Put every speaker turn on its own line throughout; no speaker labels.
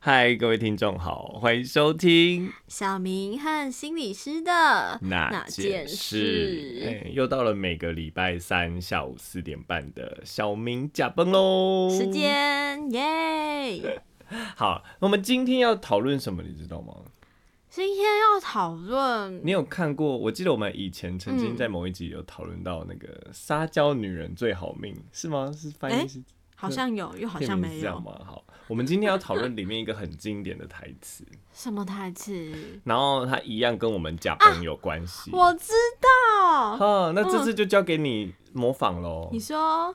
嗨，各位听众好，欢迎收听
小明和心理师的
那件事。哎又到了每个礼拜三下午四点半的小明假崩喽
时。间， 耶！
好，我们今天要讨论什么，你知道吗？
今天要讨论
你有看过？我记得我们以前曾经
嗯
在某一集有讨论到那个撒娇女人最好命，是吗？是翻译
哎
是
好像 有，又好像
片名
没
是这样
有。
吗？好，我们今天要讨论里面一个很经典的台词，
什么台词？
然后它一样跟我们假崩有关系。
啊我知道，
啊，那这次就交给你模仿喽。
你说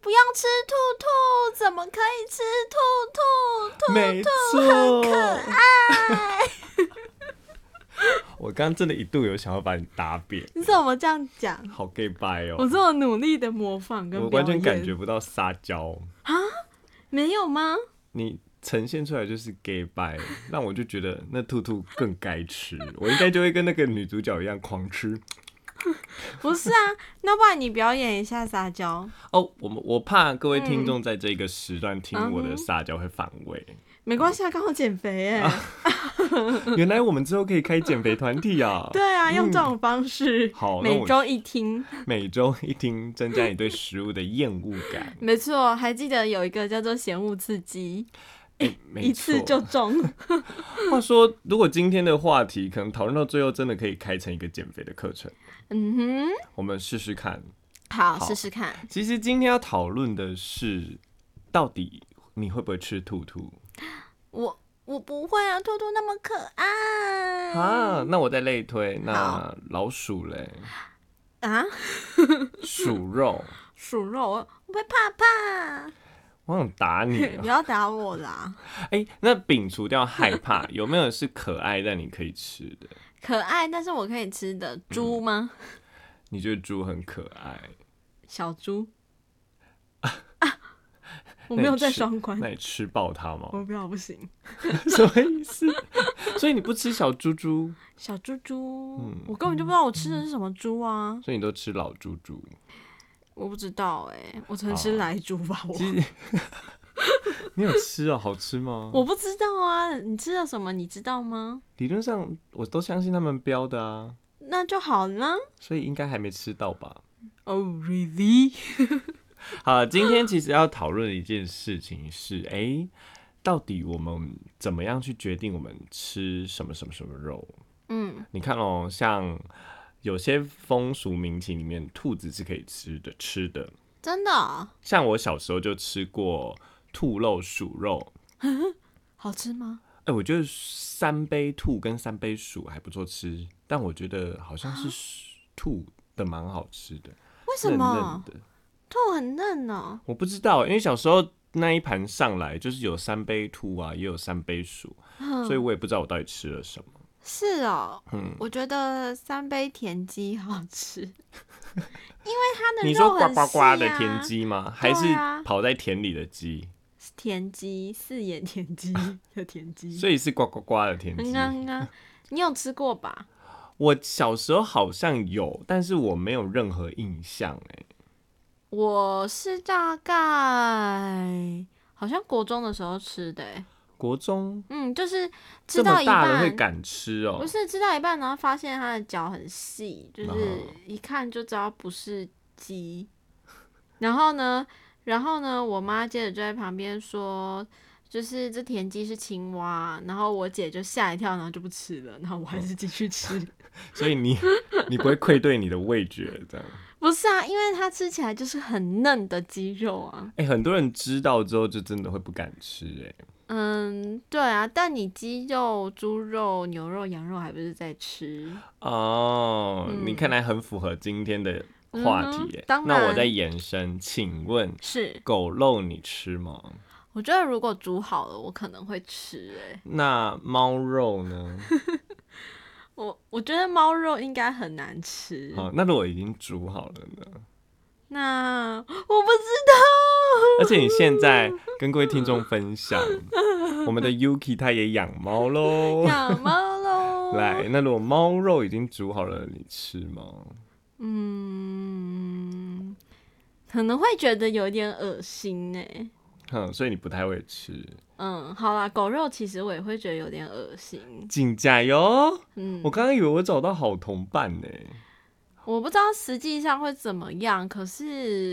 不要吃兔兔，怎么可以吃兔兔？兔
没错， 我刚刚真的一度有想要把你打扁，
你怎么这样讲？
好 gay 拜
我
哦，
这么努力的模仿跟
我
表
完全感
演
觉不到撒娇，
没有吗？
你呈现出来就是 gay 拜，让我就觉得那兔兔更该吃，我应该就会跟那个女主角一样狂吃。
不是啊，那不然你表演一下撒娇。
哦，我们我怕各位听众在这个时段听我
嗯
的
嗯哼
撒娇会反胃，
没关系啊，刚好减肥哎、！
原来我们之后可以开减肥团体啊
嗯 对啊，用这种方式，
嗯好那
每
我
周一听，
每周一听，增加你对食物的厌恶感。
没错，还记得有一个叫做嫌恶刺激，
哎，没
一次
错
就 中。
话说，如果今天的话题可能讨论到最后，真的可以开成一个减肥的课程，
嗯
我们试试看。
哼，好，
好
试试看。
其实今天要讨论的是，到底你会不会吃兔兔
我我不会啊，兔兔那么可爱
啊？那我再类推，那
嗯好
老鼠嘞，
啊，
鼠肉，
鼠肉，我我会怕怕，
我想打 你
不
啊。
要打我啦。
哎、那摒除掉害怕，有没有是可爱但你可以吃的？
可爱，但是我可以吃的猪吗？
你觉得猪很可爱，
小 猪啊，我
那
没有
你
在
吃
双关，
那你吃爆它吗？
我不要不行。
什么意思？ 所以你不吃小猪猪，
小猪猪，
嗯
我根本就不知道我吃的是什么猪啊！
所以你都吃老猪猪。
我不知道哎、我曾
好啊
吃来猪吧，我
其实 你有吃哦，好吃吗？
我不知道啊，你吃了什么？你知道吗？
理论上我都相信他们标的啊，
那就好啦。
所以应该还没吃到吧？
哦、oh,，really？
Oh, 好，今天其实要讨论的一件事情是，哎、到底我们怎么样去决定我们吃什么什么什么肉？
嗯，
你看哦，像有些风俗民情里面，兔子是可以吃的，吃的。
真的哦、
像我小时候就吃过兔肉、鼠肉，
好吃吗？
哎、我觉得三杯兔跟三杯鼠还不错吃，但我觉得好像是鼠兔的蛮好吃的，
啊为什
嫩嫩
么？
的。
兔很嫩哦。
我不知道，因为小时候那一盘上来就是有三杯兔啊，也有三杯鼠，
嗯
所以我也不知道我到底吃了什么。
是哦，
嗯
我觉得三杯田鸡好 吃，因为它的肉
你说呱
很
呱呱
细
的
啊
田鸡吗？还是
对啊
跑在田里的鸡？
田鸡四眼田鸡的田鸡，
所以是呱呱呱的田鸡
嗯。啊嗯啊，你有吃过吧？
我小时候好像有，但是我没有任何印象、哎，
我是大概好像国中的时候吃的、欸，
国中
嗯，就是吃
这
到
么
一
大了
半
会，敢吃哦、
不是吃到一半，然后发现它的脚很细，就
然
是
后
一看就知道不是鸡。然后呢，然后呢，我妈接着就在旁边说，就是这田鸡是青蛙，然后我姐就吓一跳，然后就不吃了，然后我还是继续吃。
所以你 你不会愧对你的味觉这样。
不是啊，因为它吃起来就是很嫩的鸡肉啊。
哎、很多人知道之后就真的会不敢吃、哎，
嗯，对啊，但你鸡肉、猪肉、牛肉、羊肉还不是在吃？
哦，
嗯
你看来很符合今天的话
嗯
题、
哼
哎、
当
那我
然
再延伸，请问
是，
狗肉你吃吗？
我觉得如果煮好了，我可能会吃、欸。
那猫肉呢？
我我觉得猫肉应该很难吃。
好，那如果已经煮好了呢？
那我不知道，
而且你现在跟各位听众分 享，我们的 Yuki 他也养猫 喽。
养猫喽。
来，，那如果猫肉已经煮好了，你吃吗？
嗯，可能会觉得有点恶心呢、
哼，所以你不太会吃。
嗯，好啦，狗肉其实我也会觉得有点恶心。
请加油！
嗯，
我刚刚以为我找到好同伴呢、
我不知道实际上会怎么样，可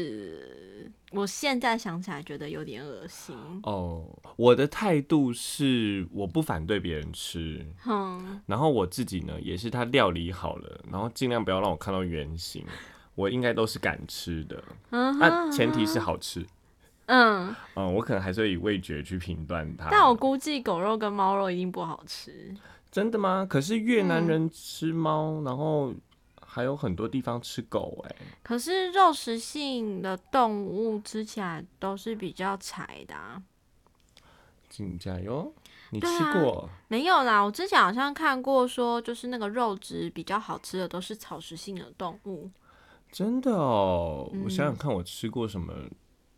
是我现在想起来觉得有点恶心。
哦，我的态度是我不反对别人吃，
哼，
然后我自己呢也是他料理好了，然后尽量不要让我看到原形，我应该都是敢吃的，
嗯哼，
那前提是好吃。
嗯，
嗯，我可能还是会以味觉去评断它。
但我估计狗肉跟猫肉一定不好吃。
真的吗？可是越南人吃猫，
嗯
然后还有很多地方吃狗、哎，
可是肉食性的动物吃起来都是比较柴的、啊。
请加油！你吃
对啊
过？
没有啦，我之前好像看过说，就是那个肉质比较好吃的都是草食性的动物。
真的哦，
嗯
我想想看，我吃过什么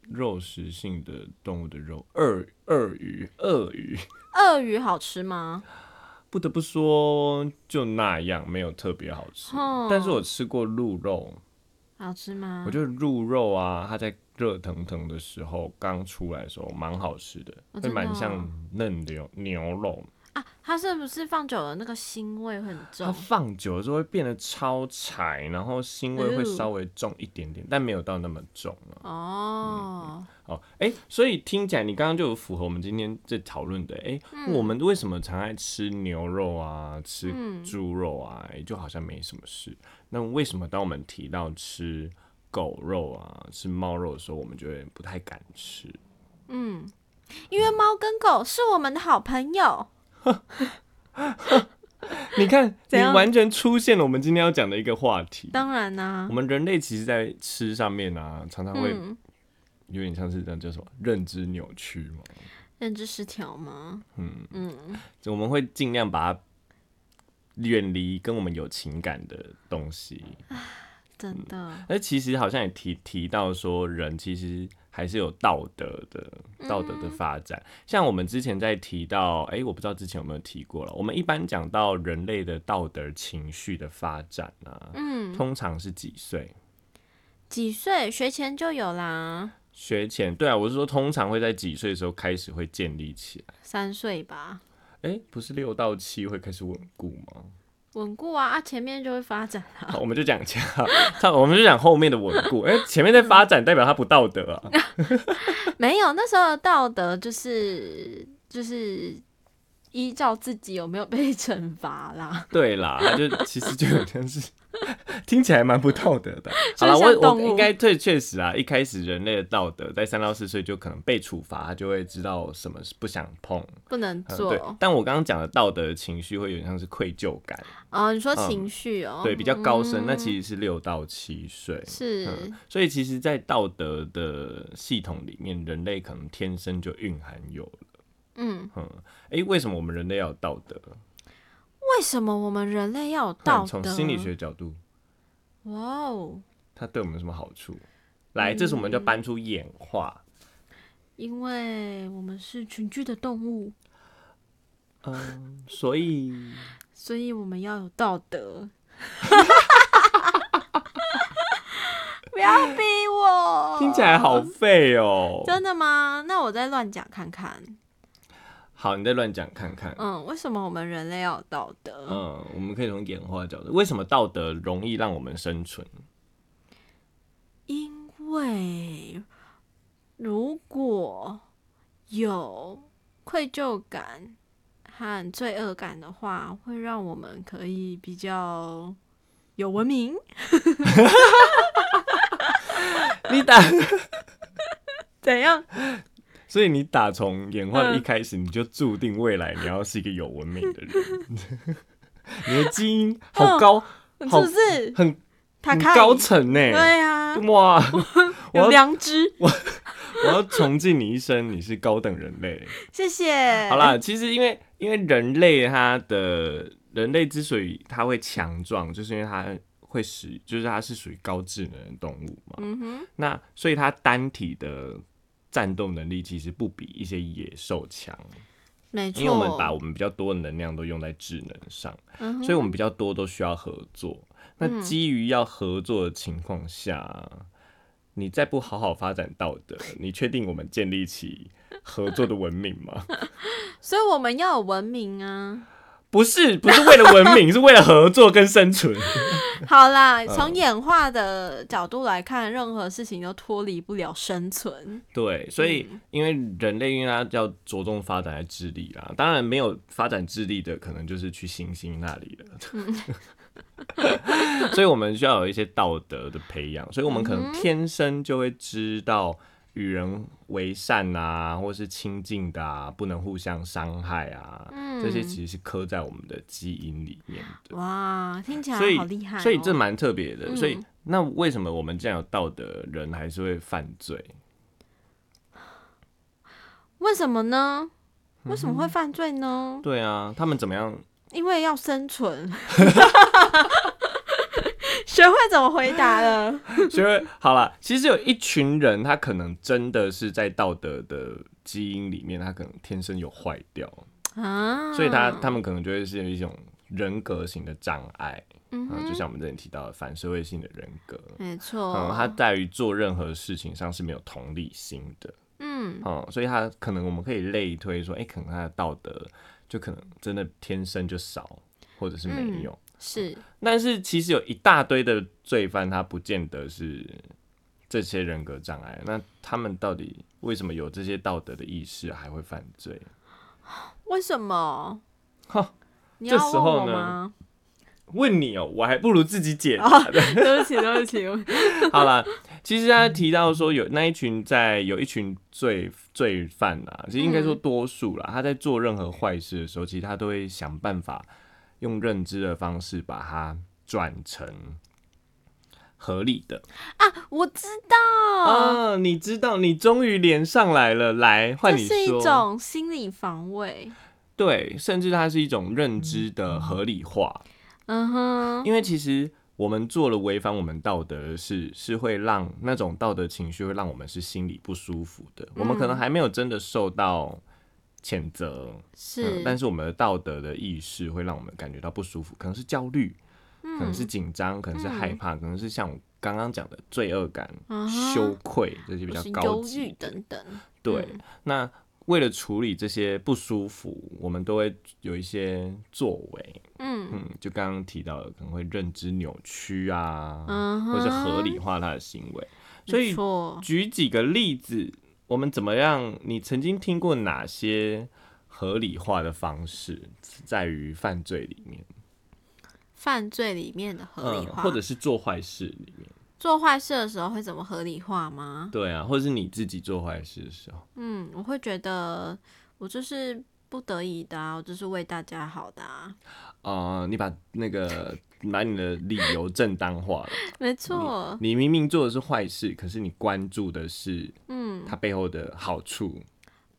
肉食性的动物的肉？鳄鳄鱼，鳄鱼，
鳄鱼好吃吗？
不得不说就那样，没有特别好吃。
哦
但是我吃过鹿肉，
好吃吗
我？觉得鹿肉啊，它在热腾腾的时候刚出来的时候蛮好吃的，
哦
会
真的
蛮
哦
像嫩牛牛肉。
啊，它是不是放久了那个腥味会很
它
重？
放久了之后会变得超柴，然后腥味
嗯
会稍微重一点点，但没有到那么重啊。
哦，
哦，哎、所以听起来你刚刚就有符合我们今天在讨论的，哎、我们为什么常爱吃牛肉啊，吃
嗯
猪肉啊、诶就好像没什么事。那为什么当我们提到吃狗肉啊、吃猫肉的时候，我们就会不太敢吃？
嗯，因为猫跟狗是我们的好朋友。
你看，你
怎样
完全出现了我们今天要讲的一个话题。
当然啦、
我们人类其实，在吃上面啊，常常会
嗯，
有点像是那叫什么认知扭曲嘛，
认知失调吗？
嗯
嗯，
就我们会尽量把它远离跟我们有情感的东西。
真的。
那其实好像也提提到说，人其实还是有道德的，道德的发展。像我们之前在提到，哎、我不知道之前有没有提过了。我们一般讲到人类的道德情绪的发展啊，
嗯，
通常是几岁？
几岁学前就有啦，
学前对啊，我是说通常会在几岁的时候开始会建立起来？
三岁吧，
哎、不是六到七会开始稳固吗？
稳固啊啊，前面就会发 展啦。
好，我们就讲一下，他我们就讲后面的稳固，哎、前面在发
嗯
展代表他不道德 啊。
没有，那时候的道德就是就是依照自己有没有被惩罚啦。
对啦，他就其实就有点是听起来蛮不道德 的。好啦，
就像
我
动
我
物
应该对，确实啊，一开始人类的道德在三到四岁就可能被处罚，他就会知道什么是不想碰。
不能
嗯、
做
对，但我刚刚讲的道德情绪会有点像是愧疚感，
哦，你说情绪哦，
对，比较高深，那
实
其实是六到七岁。嗯
是
所以其实，在道德的系统里面，人类可能天生就蕴含有
嗯，
嗯，诶，为什么我们人类要有道德？
为什么我们人类要有道
嗯从
德？
心理学角度，
哇哦，
它对我们有什么好处？来，这时候我们就要搬出演化。
因为我们是群居的动物，
嗯，所以
所以我们要有道德。不要逼我，
听起来好废 哦、
真的吗？那我再乱讲看看。
好，你再乱讲看看。
嗯，为什么我们人类要有道德？
嗯，我们可以从演化角度，为什么道德容易让我们生存？
因为如果有愧疚感和罪恶感的话，会让我们可以比较有文明。
你打，
怎样？
所以你打从演化的一开始，你就注定未来你要是一个有文明的人。 你的基因好高，
是
好
不是？
很
他
很
看
高层呢、欸
对啊呀、
哇， 我要
有良知。
我要崇敬你一生，你是高等人类。
谢谢。
好，啦，其实因为因为人类它的人类之所以它会强壮，就是因为它会使，就是它是属于高智能的动物嘛。
嗯哼，
那所以它单体的战斗能力其实不比一些野兽强，
没错。
因为我们把我们比较多的能量都用在智能上，
嗯哼嗯
所以我们比较多都需要合作。那基于要合作的情况下，你再不好好发展道德，你确定我们建立起合作的文明吗？
所以我们要有文明啊。
不是，不是为了文明，是 为了合作跟生存。
好
嗯
啦，从演化的角度来看，任何事情都脱离不了生存。
对，所以
嗯
因为人类因为它要着重发展在智力啦，当然没有发展智力的，可能就是去行星那里
嗯
了。 所以我们需要有一些道德的培养，所以我们可能
嗯
天生就会知道与人为善啊，或是亲近的啊，不能互相伤害啊，
嗯
这些其实是刻在我们的基因里面的。
哇，听起来
所以
好厉害、哦
所以这蛮特别的。
嗯
所以那为什么我们这样有道德人还是会犯罪？
为什么呢？为什么
嗯
会犯罪呢？
对啊，他们怎么 样？
因为要 生存。学会怎么回 答了？
因为好了，其实有一群人，他可能真的是在道德的基因里面，他可能天生有坏掉，
啊，
所以他他们可能就会是有一种人格型的障碍。
嗯
嗯，就像我们之前提到的反社会性的人格。
没
嗯，
错，
他在于做任何事情上是没有同理心的。
嗯，
哦，所以他可能我们可以类推说，哎、可能他的道德就可能真的天生就少，或者是没有。
是
但是其实有一大堆的罪犯，他不见得是这些人格障碍。那他们到底为什么有这些道德的意识还会犯罪？
为什么
哈？
你要
这时
问
候
我
呢
吗？
问你哦、我还不如自己解答。
对不起，对不起，我
好啦，其实他提到说有那一群在有一群罪罪犯啊，其实应该说多数啦，他在做任何坏事的时候，其实他都会想办法用认知的方式把它转成合理的。
啊，我知道，
啊，你知道，你终于连上来了，来换
这
你
是一
说。
种心理防卫。
对，甚至它是一种认知的合理化，
嗯哼，
因为其实我们做了违反我们道德的事，是会让那种道德情绪会让我们是心里不舒服的。
嗯
我们可能还没有真的受到谴责，嗯
是，
但是我们的道德的意识会让我们感觉到不舒服，可能是焦虑，
嗯
可能是紧张，可能是害怕，可能是像我刚刚讲的罪恶感、
嗯哼
羞愧这些比
或
较
是
高
忧
级
郁等等。
对，
嗯
那为了处理这些不舒服，我们都会有一些作为，
嗯
嗯，就刚刚提到的，可能会认知扭曲啊，
嗯哼，
或是合理化他的行为。
没
所以
错，
举几个例子，我们怎么样？你曾经听过哪些合理化的方式，在于犯罪里面，
犯罪里面的合理
嗯，
化，
或者是做坏事里面？
做坏事的时候会怎么合理化吗？
对啊，或者是你自己做坏事的时候，
嗯，我会觉得我就是不得已的、啊，我就是为大家好的、啊，
呃，你把那个把你的理由正当化了。
没错，
你明明做的是坏事，可是你关注的是
嗯
它背后的好处，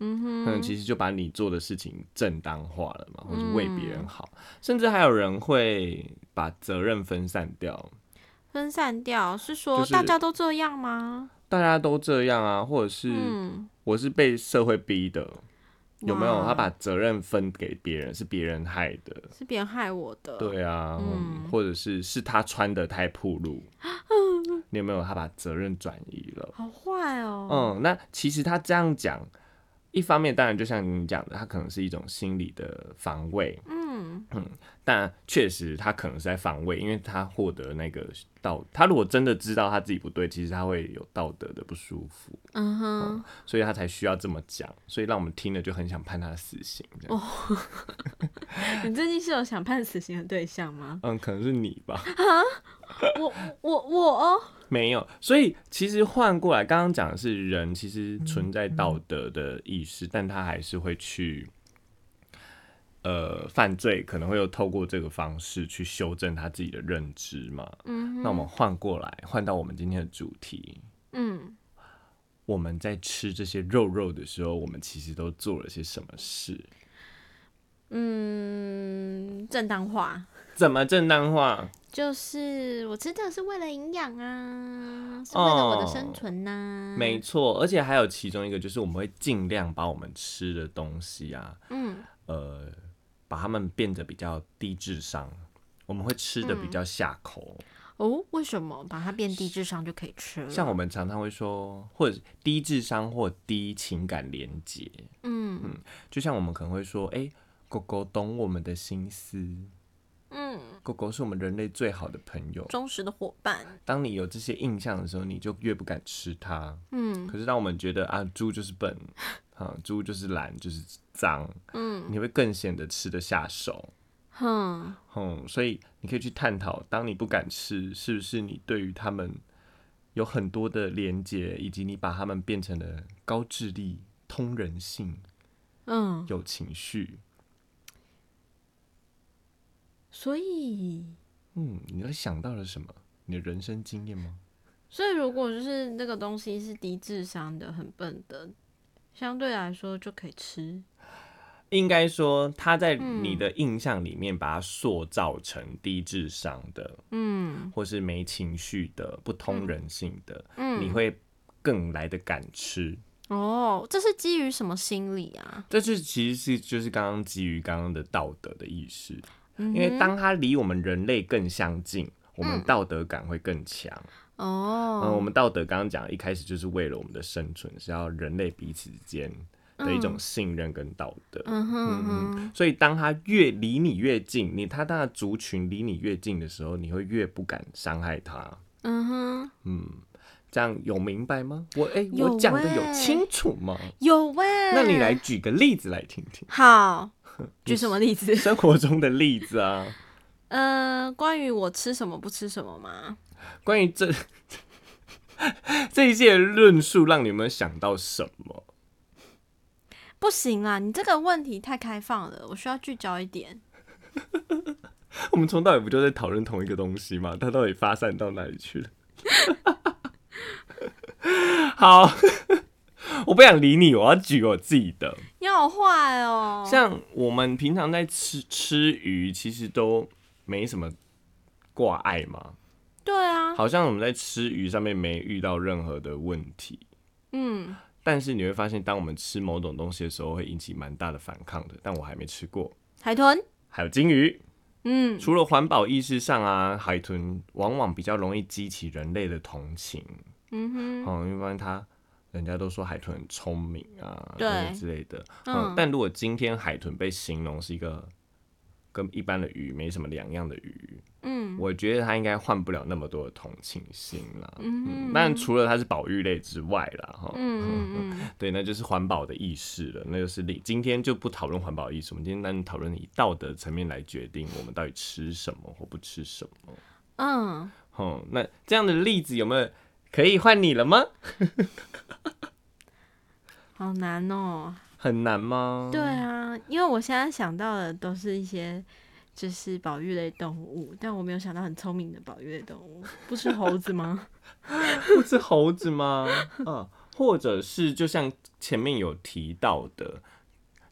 嗯哼，嗯
嗯，其实就把你做的事情正当化了嘛，或是为别人好，甚至还有人会把责任分散掉，
分散掉是说、
就是
大家都这样吗？
大家都这样啊，或者是
嗯，
我是被社会逼的，有没有？
哇
他把责任分给别人，是别人害的，
是别人害我的，，
对啊，嗯或者是是他穿的太暴 露，你有没有？他把责任转移了。
好坏哦，
嗯，那其实他这样讲，一方面当然就像你讲的，他可能是一种心理的防卫，
嗯
但确实他可能是在防卫，因为他获得那个道，他如果真的知道他自己不对，其实他会有道德的不舒服，
嗯哼，
所以他才需要这么讲，所以让我们听了就很想判他死刑。哦，
你最近是有想判死刑的对象吗？
嗯，可能是你吧。
我我我哦，
没有，所以其实换过来，刚刚讲的是人其实存在道德的意识，但他还是会去，呃，犯罪可能会有透过这个方式去修正他自己的认知嘛。
嗯
那我们换过来，换到我们今天的主题，
嗯，
我们在吃这些肉肉的时候，我们其实都做了些什么事？
嗯，正当化。
怎么正当化？
就是我吃这个是为了营养啊，是为了我的
哦
生存呐、嗯
没错，而且还有其中一个就是我们会尽量把我们吃的东西啊，
嗯，
呃，把它们变得比较低智商，我们会吃的比较下口，
哦，为什么把它变低智商就可以吃了？
像我们常常会说，或者低智商或低情感连接，
嗯
就像我们可能会说，哎、狗狗懂我们的心思，
嗯，
狗狗是我们人类最好的朋友。
忠实的伙伴，
当你有这些印象的时候，你就越不敢吃它。
嗯
可是当我们觉得啊，猪就是笨，啊，猪就是懒，就是脏，
嗯
你会更显得吃得下手。
哼，
嗯，所以你可以去探讨，当你不敢吃，是不是你对于他们有很多的连接，以及你把他们变成了高智力、通人性、
嗯，
有情绪。
所以
嗯，你在想到了什么？你的人生经验吗？
所以如果就是那个东西是低智商的、很笨的，相对来说就可以吃。
应该说，他在你的印象里面把它塑造成低智商的，
嗯
或是没情绪的、不通人性的，你
嗯，
会更来的敢吃。
哦，这是基于什么心理啊？
这是其实是就是刚刚基于刚刚的道德的意识，
因
因为
嗯
当它离我们人类更相近，我们道德感会更强。嗯、我
哦，
们道德刚刚讲一开始就是为了我们的生存，是要人类彼此之间的一种信任跟道德。
嗯哼哼，
所以当它越离你越近，你它它的族群离你越近的时候，你会越不敢伤害它。
嗯哼，
这样有明白吗？我哎、
有
我讲的
欸
有清楚吗？
有喂、
那你来举个例子来听听，
好，举什么例子？
生活中的例子啊。
呃，关于我吃什么不吃什么吗？
关于这 这一切论述，让你们想到什么？
不行啦，你这个问题太开放了，我需要聚焦一点。
我们从到底不就在讨论同一个东西吗？它到底发散到哪里去了？ 好，我不想理你，我要举我自己的。
你好坏哦、
像我们平常在吃吃鱼，其实都没什么挂碍嘛，
对啊，
好像我们在吃鱼上面没遇到任何的问题。
嗯，
但是你会发现，当我们吃某种东西的时候，会引起蛮大的反抗的。但我还没吃过。
海豚，
还有鲸鱼。
嗯
除了环保意识上啊，海豚往往比较容易激起人类的同情。
嗯哼，
嗯，因为它人家都说海豚很聪明啊，
对
什么之类的。嗯
嗯，
但如果今天海豚被形容是一个跟一般的鱼没什么两样的鱼，
嗯
我觉得它应该换不了那么多的同情心啦。
嗯
嗯，
哼
但除了它是保育类之外啦，哈，
嗯嗯嗯，
对，那就是环保的意识了，那就是另今天就不讨论环保意识，我们今天单纯讨论以道德层面来决定我们到底吃什么或不吃什么。
嗯，
哦、那这样的例子有没有可以换你了吗？
好难哦、
很难吗？
对啊，因为我现在想到的都是一些就是保育类动物，但我没有想到很聪明的保育类动物，不是猴子吗？
不是猴子吗？啊，或者是就像前面有提到的，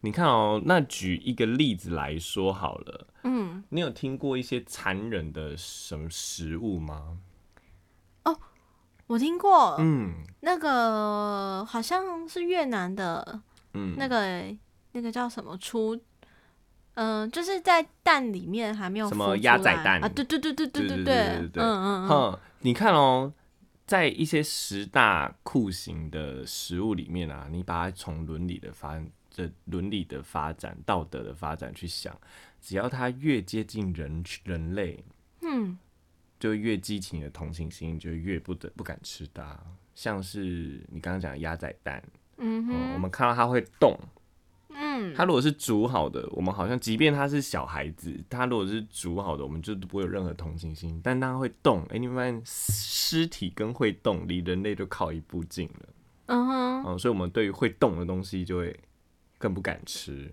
你看哦，那举一个例子来说好了，
嗯，
你有听过一些残忍的什么食物吗？
我听过，
嗯
那个好像是越南的
嗯，
那个那个叫什么出，嗯、就是在蛋里面还没有
什么
孵出
鸭仔
来
蛋
啊？对对对对对
对对
对
对对对
嗯嗯嗯，
哼，你看哦，在一些十大酷刑的食物里面啊，你把它从伦理的发这伦理的发展、道德的发展去想，只要它越接近人人类，
嗯，
就越激起你的同情心，就越不得不敢吃它。像是你刚刚讲的鸭仔蛋，
嗯
嗯
哼，
我们看到它会动，
嗯
它如果是煮好的，我们好像即便它是小孩子，它如果是煮好的，我们就不会有任何同情心。但它会动，哎、你会发现尸体跟会动离人类就靠一步近了，
嗯哼，
嗯，所以我们对于会动的东西就会更不敢吃。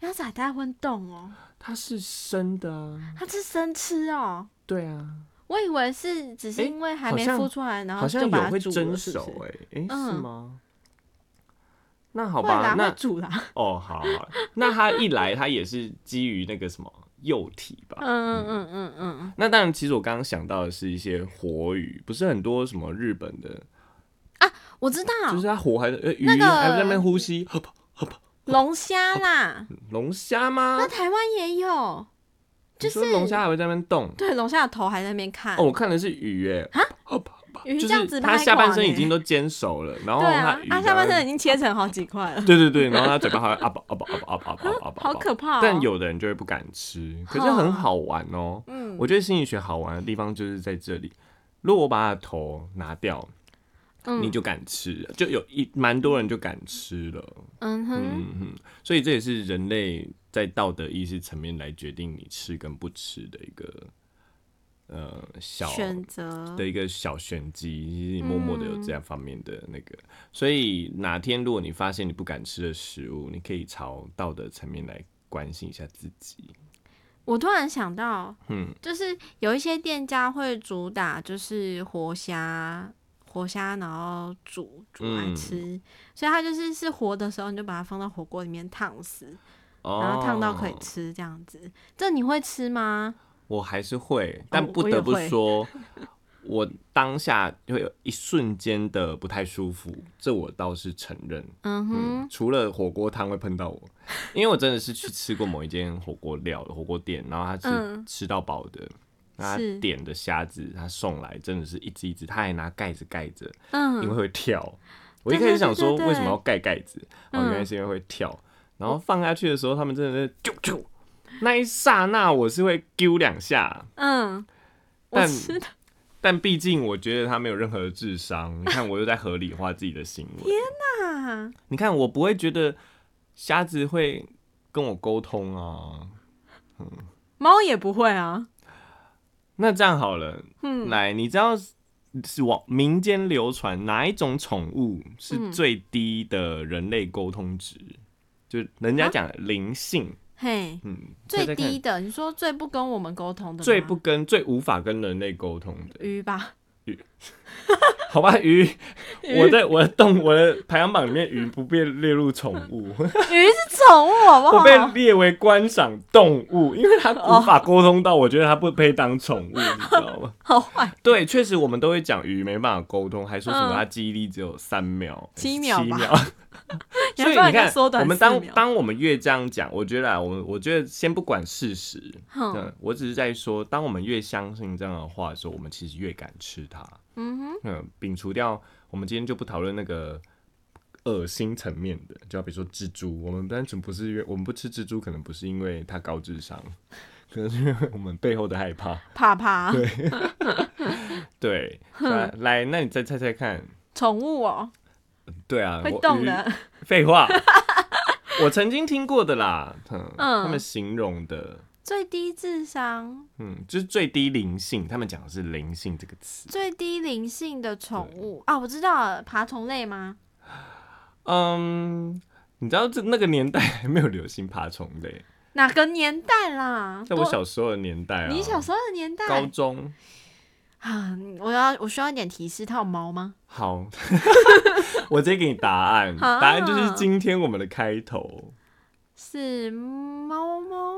鸭仔蛋会动哦，
它是生的啊，
它是生吃哦。
对啊，
我以为是只是
诶
因为还
好
没
像
孵出来，然后
好像
就把
有
它
会
煮
蒸
了是不
熟
是
哎、诶哎、是
嗯
吗？那好
会
吧
啦，，
那
会 煮啦。
哦，好好，那它一来，它也是基于那个什么幼体吧？
嗯嗯嗯嗯
那当然，其实我刚刚想到的是一些活鱼，不是很多什么日本的，
嗯，我知道
就是它活还在呃鱼
那个
还在那边呼吸，呵吧
龙虾啦，
龙虾吗
那？台湾也有，
你说龙虾还会在那边动。
对，龙虾的头还在那边看，
哦，我看的是鱼哎，哦
鱼
就
这样
是
子
它
拍
下半
垮
身已
呢
经都煎熟了，然后
对啊
哦它，鱼
它
然
下半
后
身已经切成好几块了，
对对对，然后它嘴巴还会 up up up up up up up，
好可怕、哦。
但，有的人就会不敢吃，可是很好玩哦。
嗯，
我觉得心理学好玩的地方就是在这里。如果我把它的头拿掉，
嗯
你就敢吃了，就有一蛮多人就敢吃了。
嗯哼，
嗯哼，所以这也是人类在道德意识层面来决定你吃跟不吃的一个呃小
选择
的一个小玄机，其实你默默的有这样方面的那个，所以哪天如果你发现你不敢吃的食物，你可以朝道德层面来关心一下自己。
我突然想到，
嗯，
就是有一些店家会主打就是活虾，活虾然后煮煮来
嗯
吃，所以它就是是活的时候你就把它放到火锅里面烫死，
哦
然后烫到可以吃这样子。这你会吃吗？
我还是会，但
哦我
不
也
得不
会
说，我当下会有一瞬间的不太舒服，这我倒是承认。
嗯哼，
嗯，除了火锅汤会碰到我，因为我真的是去吃过某一间火锅料的火锅店，然后他是
嗯
吃到饱的，那
是
他点的虾子他送来真的是一只一只，他还拿盖子盖着，因为
嗯，
会跳。我一
对
开
对
始想
对
说
对
为什么要盖盖子，哦，原来
嗯
是因为会跳。然后放下去的时候，他们真的是啾啾，那一刹那我是会丢两下，
嗯，我
但
吃的
但毕竟我觉得他没有任何的智商，你看我又在合理化自己的行为。
啊，
你看，我不会觉得瞎子会跟我沟通啊。
猫也不会啊。
那这样好了，
嗯
来，你知道是是往民间流传哪一种宠物是
嗯
最低的人类沟通值？就人家讲灵性，
嘿，
嗯，
啊最
大家看
低的，你说最不跟我们沟通的吗，
最不跟、最无法跟人类沟通的，
鱼吧？
好吧？鱼，
鱼
我在我的动我的排行榜里面，鱼不被列入宠物，
鱼是宠物好不
我
好？
被列为观赏动
哦
物，因为它无法沟通到，我觉得它不配当宠物，你知道吗？
好坏，
对，确实我们都会讲鱼没办法沟通，还说什么
嗯
它记忆力只有三秒、
七
7
秒吧
秒
你
所
还
以
帮
你
人家
看，
缩短
我们
四
当
秒
当我们越这样讲，我觉得啊，我们我觉得先不管事实，
哼
嗯，我只是在说，当我们越相信这样的话的时候，我们其实越敢吃它。
嗯哼，
嗯，摒除掉，我们今天就不讨论那个恶心层面的，就好比说蜘蛛，我们单纯不是因为我们不吃蜘蛛，可能不是因为它高智商， 可能是因为我们背后的害怕。
怕怕
对，来，来那你再猜猜看，
宠物哦，
对啊，
会
我
动
鱼
的，
废话， 我曾经听过的啦，嗯，他们
嗯
形容的。
最低智商、
嗯，就是最低灵性，他们讲的是灵性这个词。
最低灵性的宠物啊，我知道了，爬虫类吗？
嗯，你知道这那个年代还没有流行爬虫类，
哪个年代啦？
在我
多
小时候的年代啊，
你小时候的年
高
代
中
啊，我要我需要一点提示，它有毛吗？
好， 我直接给你答案，
啊
答案就是今天我们的开头。
是猫猫，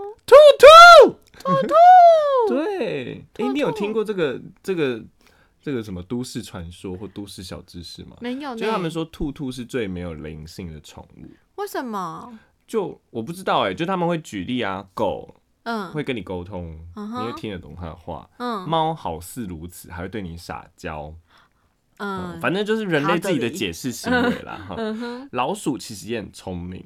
对，哎、
兔
你有听过这个这个这个什么都市传说或都市小知识吗？
没有
就他们
呢？
说兔兔是最没有灵性的宠物，
为什么？
就我不知道哎、就他们会举例啊，狗
嗯
会跟你沟通，
嗯
你会
哼，
听得懂它的话。
嗯
猫好似如此，还会对你撒娇，嗯，
嗯，
反正就是人类自己的
哈德里
解释行为啦。哈，
嗯哼，
老鼠其实也很聪明，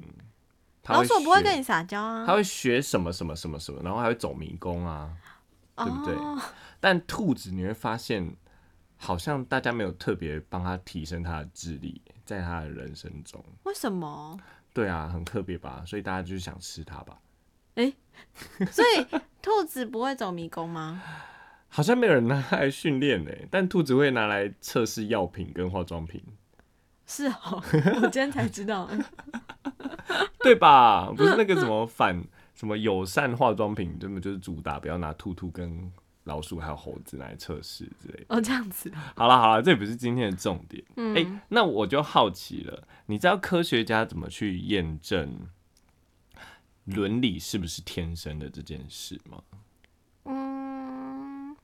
它
老鼠不会
学
跟你撒娇啊，
他会学什么什么什么什么，然后还会走迷宫啊。
对
对不对但兔子你会发现，好像大家没有特别帮他提升他的智力，在他的人生中，
为什么？
对啊，很特别吧？所以大家就是想吃它吧？
所以兔子不会走迷宫吗？
好像没有人拿它来训练呢，但兔子会拿来测试药品跟化妆品，
是哦，我今天才知道。
对吧？不是那个什么反什么友善化妆品，根本就是主打不要拿兔兔跟老鼠还有猴子来测试之类的。
哦，这样子。
好了好了，这不是今天的重点。
嗯，
哎、那我就好奇了，你知道科学家怎么去验证伦理是不是天生的这件事吗？
嗯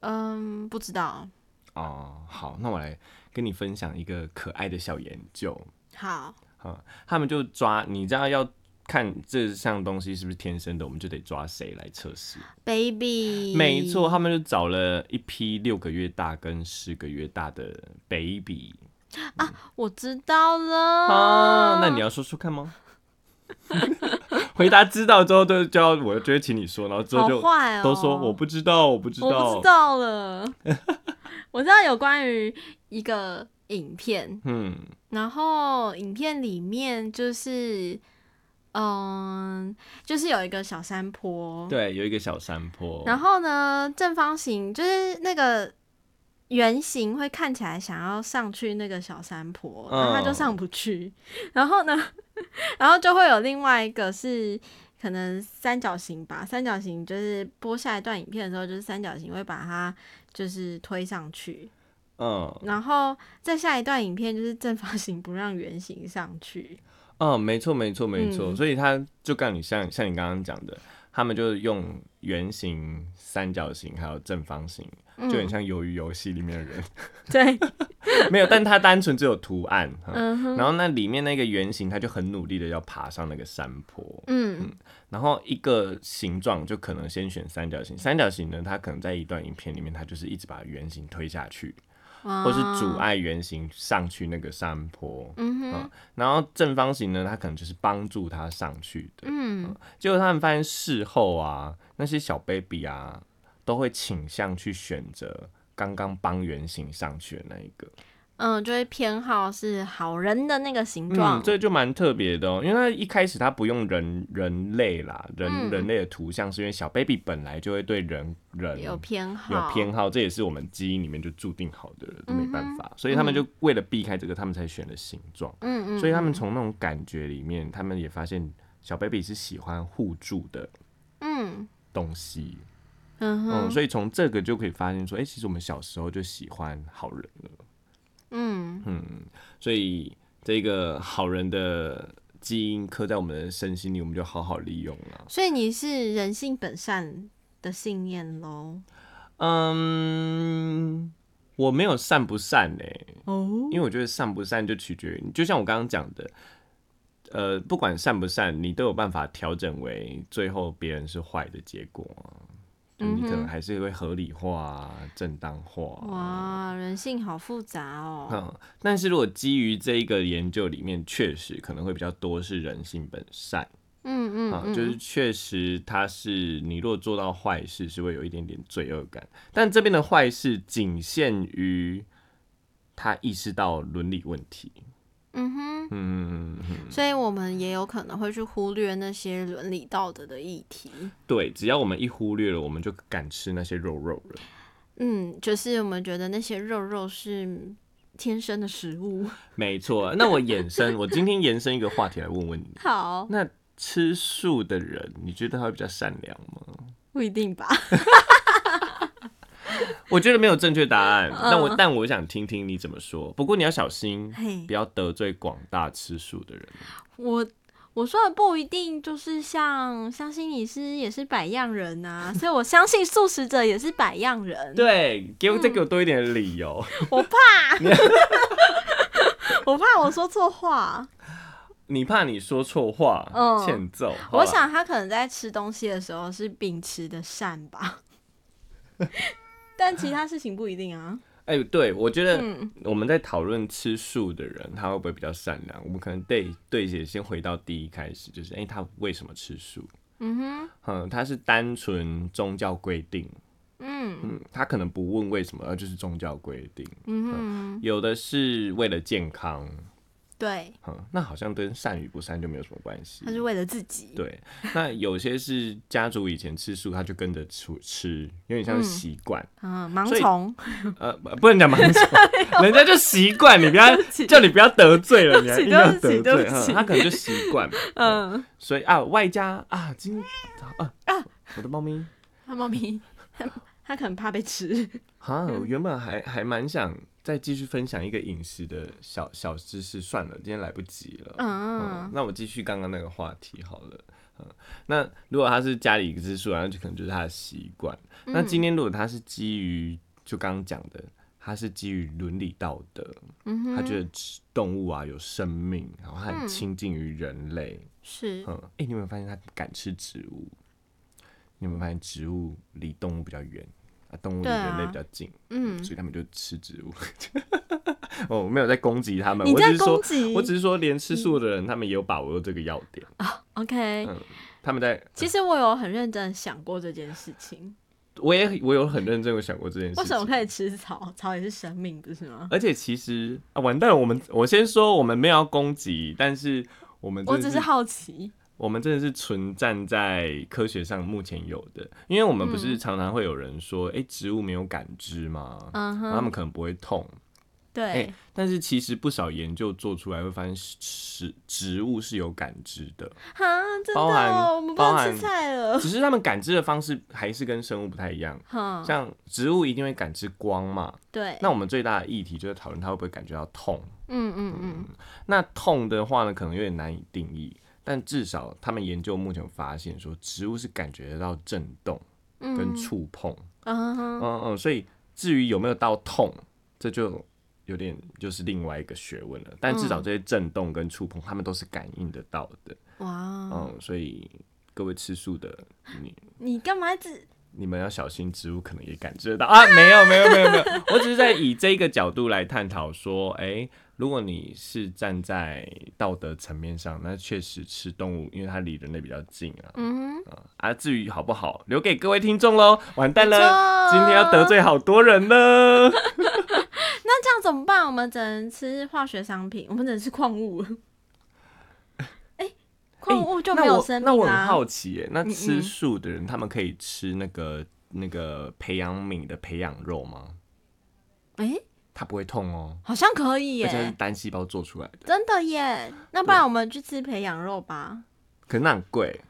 嗯，不知道。
哦，好，那我来跟你分享一个可爱的小研究
好，
啊、他们就抓，你知道要看这项东西是不是天生的，我们就得抓谁来测试。
baby，
没错，，他们就找了一批六个月大跟十个月大的 baby
我知道了。
啊，那你要说说看吗？ 回答知道之后就就要我就会请你说，然后之后
好
就
坏哦，
都说我不知道，我不知
我不
道
知，道了。 我知道有关于一个影片，
嗯，
然后影片里面就是，嗯，就是有一个小山坡，
对，有一个小山坡，
然后呢，正方形就是那个圆形会看起来想要上去那个小山坡，
嗯
然后它就上不去。 然后呢，然后就会有另外一个是可能三角形吧，三角形就是播下一段影片的时候，就是三角形会把它就是推上去。
嗯
然后再下一段影片就是正方形不让圆形上去，
嗯，没错没错没错，
嗯
所以他就告诉你像像你刚刚讲的，他们就用圆形、三角形还有正方形，
嗯
就很像鱿鱼游戏里面的人，
对，
没有，但它单纯只有图案，嗯
嗯哼，
然后那里面那个圆形，它就很努力的要爬上那个山坡，
嗯
然后一个形状就可能先选三角形，三角形呢，它可能在一段影片里面，它就是一直把圆形推下去，或是阻
啊，
碍圆形上去那个山坡。
嗯哼，
然后正方形呢，它可能就是帮助它上去的。
嗯，
结果他们发现事后啊，那些小 baby 啊，都会倾向去选择刚刚帮圆形上去的那一个。
嗯，就会偏好是好人的那个形状、
嗯，这就蛮特别的哦，因为它一开始它不用人人类啦，人、
嗯
人类的图像，是因为小 baby 本来就会对人人
有偏好，
有偏好，这也是我们基因里面就注定好的了，这没办
嗯哼
法，所以他们就为了避开这个，他们才选了形状。
嗯，嗯嗯，
所以他们从那种感觉里面，他们也发现小 baby 是喜欢互助的
嗯
东西，
嗯
嗯，
哼
所以从这个就可以发现说，哎、其实我们小时候就喜欢好人了。
嗯
所以这个好人的基因刻在我们的身心里，我们就好好利用啊了。
所以你是人性本善的信念喽？
嗯，我没有善不善呢、
哦，
因为我觉得善不善就取决于你，就像我刚刚讲的，呃，不管善不善，你都有办法调整为最后别人是坏的结果啊。就你可能还是会合理化啊、正当化
嗯
啊、
哇，人性好复杂哦。
嗯，但是如果基于这一个研究里面，确实可能会比较多是人性本善。
嗯
啊
嗯，嗯，
就是确实它是你若做到坏事，是会有一点点罪恶感，但这边的坏事仅限于他意识到伦理问题。
嗯哼，
嗯，
所以我们也有可能会去忽略那些伦理道德的议题。
对，只要我们一忽略了，我们就敢吃那些肉肉了。
嗯，就是我们觉得那些肉肉是天生的食物。
没错，那我衍生，我今天延伸一个话题来问问你，
好，
那吃素的人，你觉得他会比较善良吗？
不一定吧？
我觉得没有正确答案，
嗯
那我但我想听听你怎么说。不过你要小心，
嘿
不，要得罪广大吃素的人。
我我说的不一定就是像相信你是也是百样人啊，所以我相信素食者也是百样人。
对，给
嗯
我再给我多一点理由。
我怕，我怕我说错话。
你怕你说错话，
嗯
欠揍。好吧
我，想他可能在吃东西的时候是秉持的善吧， 但其他事情不一定啊。
哎、对，我觉得
嗯
我们在讨论吃素的人，他会不会比较善良？我们可能对对姐先回到第一开始，就是哎、他为什么吃素？
嗯哼，
嗯，他是单纯宗教规定，
嗯
嗯，他可能不问为什么，而就是宗教规定。
嗯哼，
有的是为了健康，
对，
嗯，那好像跟善与不善就没有什么关系
他。是为了自己。
对，那有些是家族以前吃素，他就跟着吃吃，有点像是习惯。
嗯，盲
所以
从。
呃，不不能讲盲 从，人家就习惯，你不要叫你不要得罪了，你还
对不
硬要得
起对
罪，嗯
不起对不起
他可能就习惯嘛。嗯，
嗯，
所以啊，外加啊，今天啊啊，我的猫咪
他猫咪，他他可能怕被吃。
啊，
嗯
我原本还还蛮想再继续分享一个饮食的小小知识，算了，今天来不及了。嗯
嗯，
那我继续刚刚那个话题好了。嗯，那如果他是家里
嗯
吃素，然后就可能就是他的习惯。那今天如果他是基于就刚刚讲的，它是基于伦理道德，
嗯哼，
他觉得动物啊有生命，然后它很亲近于人类。
是
嗯，哎、你有没有发现它敢吃植物？你有没有发现植物离动物比较远，啊，动物离
对
人
啊
类比较近，
嗯，
所以他们就吃植物。 哦，我没有在攻击他们，
你
我只
在
是说
攻，嗯击
我只是说，连吃素的人，他们也有把握这个要点。
，OK，
嗯他们在，
其实我有很认真地想过这件事情，
我也我有很认真有想过这件事情。
为什么可以吃草？草也是生命，不是吗？
而且其实啊，完蛋了，我们我先说，我们没有要攻击，但是我们
我
真
只
的
是
是
好奇，
我们真的是纯站在科学上目前有的，因为我们不是常常会有人说，诶，植物没有感知吗？
嗯
然后他
哼，
们可能不会痛，
对，
但是其实不少研究做出来会发现是，是植物是有感知的，
哈，真的
包含
哦，我们不
包
能
含
吃菜了，
只是他们感知的方式还是跟生物不太一样。
哈，
像植物一定会感知光嘛，
哦对，
那我们最大的议题就是讨论它会不会感觉到痛。
嗯嗯嗯，
那痛的话呢，可能有点难以定义，但至少他们研究目前有发现说，植物是感觉得到震动
嗯
跟触碰，
嗯哼，
嗯嗯所以至于有没有到痛，这就有点就是另外一个学问了。但
嗯
至少这些震动跟触碰，他们都是感应得到的，
哇，哦
嗯，所以各位吃素的你。
你干嘛一直
你们要小心，植物可能也感知得到啊！没有，没有，没有，没有，我只是在以这个角度来探讨说，哎、如果你是站在道德层面上，那确实吃动物，因为它离人类比较近啊。
嗯哼，
啊，至于好不好，留给各位听众喽。完蛋了，
没错
今天要得罪好多人了。
那这样怎么办？我们只能吃化学商品，我们只能吃矿物。 哎，矿物就
那
没有
我
生
那
命
我很
啦。
好奇耶，那吃
嗯
素的人，他们可以吃那个那个培养皿的培养肉吗？
哎，
它不会痛哦，
好像可以
而且它是
耶，
单细胞做出来的，
真的耶。那不然我们去吃培养肉吧？
可是那很贵。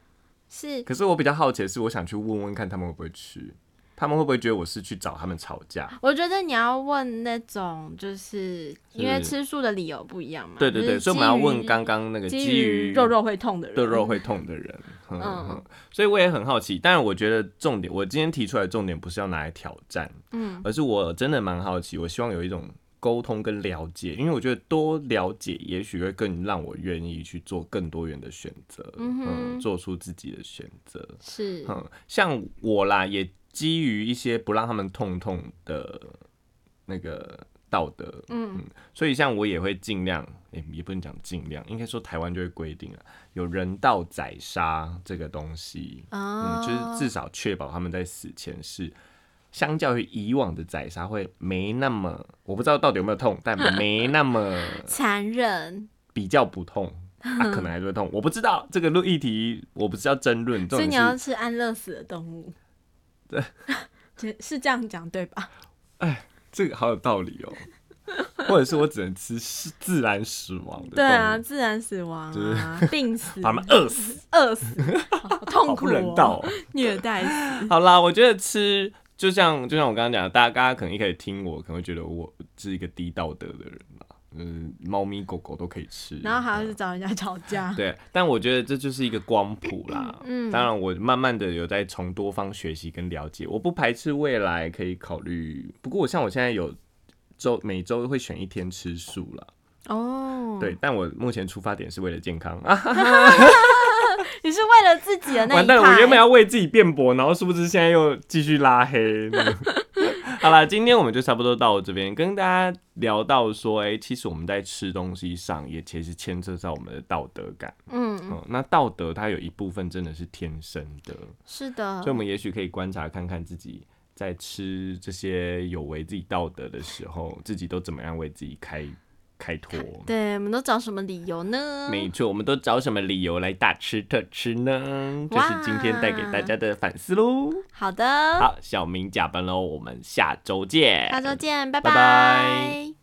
是
可是我比较好奇的是，我想去问问看他们会不会吃，他们会不会觉得我是去找他们吵架？
我觉得你要问那种，就是因为吃素的理由不一样嘛。
对对对，
就是
所以我们要
基于
问刚刚那个
基
基于
于肉肉会痛的人，
的肉会痛的人，嗯
嗯
嗯，所以我也很好奇。但我觉得重点，我今天提出来的重点不是要拿来挑战，
嗯，
而是我真的蛮好奇，我希望有一种沟通跟了解，因为我觉得多了解，也许会更让我愿意去做更多元的选择，
嗯哼
嗯，做出自己的选择，
是
嗯，像我啦，也基于一些不让他们痛痛的那个道德，
嗯
所以像我也会尽量，也、也不能讲尽量，应该说台湾就会规定了，有人道宰杀这个东西，
啊
嗯，就是至少确保他们在死前是。相较于以往的宰杀，会没那么，我不知道到底有没有痛， 但没那么
残忍，
比较不 痛，啊、可能还是会痛，我不知道这个论议题，我不是要争论，重
所以
点是
你要吃安乐死的动物。 对，是这样讲对吧？
这个好有道理哦。或者是我只能吃是自然死亡的，
对啊，，自然死亡啊，病死，
把他们饿死，
饿死，好痛
好
苦
不
哦
人道、哦。
虐待死。
好啦，我觉得吃就像就像我刚刚讲的，大家大家可能一开始听我，可能会觉得我是一个低道德的人啦，嗯，猫咪狗狗都可以吃，
然后还要去找人家吵 架，
对，但我觉得这就是一个光谱啦。嗯，当然我慢慢的有在从多方学习跟了解，我不排斥未来可以考虑，不过我像我现在有周每周会选一天吃素啦。
哦，
对，但我目前出发点是为了健康 啊！
你是为了自己的那一
完蛋了，
派
我原本要为自己辩驳，然后殊不知现在又继续拉黑。好啦，今天我们就差不多到这边，跟大家聊到说，哎、其实我们在吃东西上也其实牵涉到我们的道德感。
嗯，
嗯，那道德它有一部分真的是天生的，
是的
所以我，们也许可以观察看看自己。在吃这些有违自己道德的时候，自己都怎么样为自己开开脱？
对，我们都找什么理由呢？
没错，我们都找什么理由来大吃特吃呢？这是今天带给大家的反思喽。
好的，
好，小明假班喽，我们下周见。
下周见，拜
拜拜
拜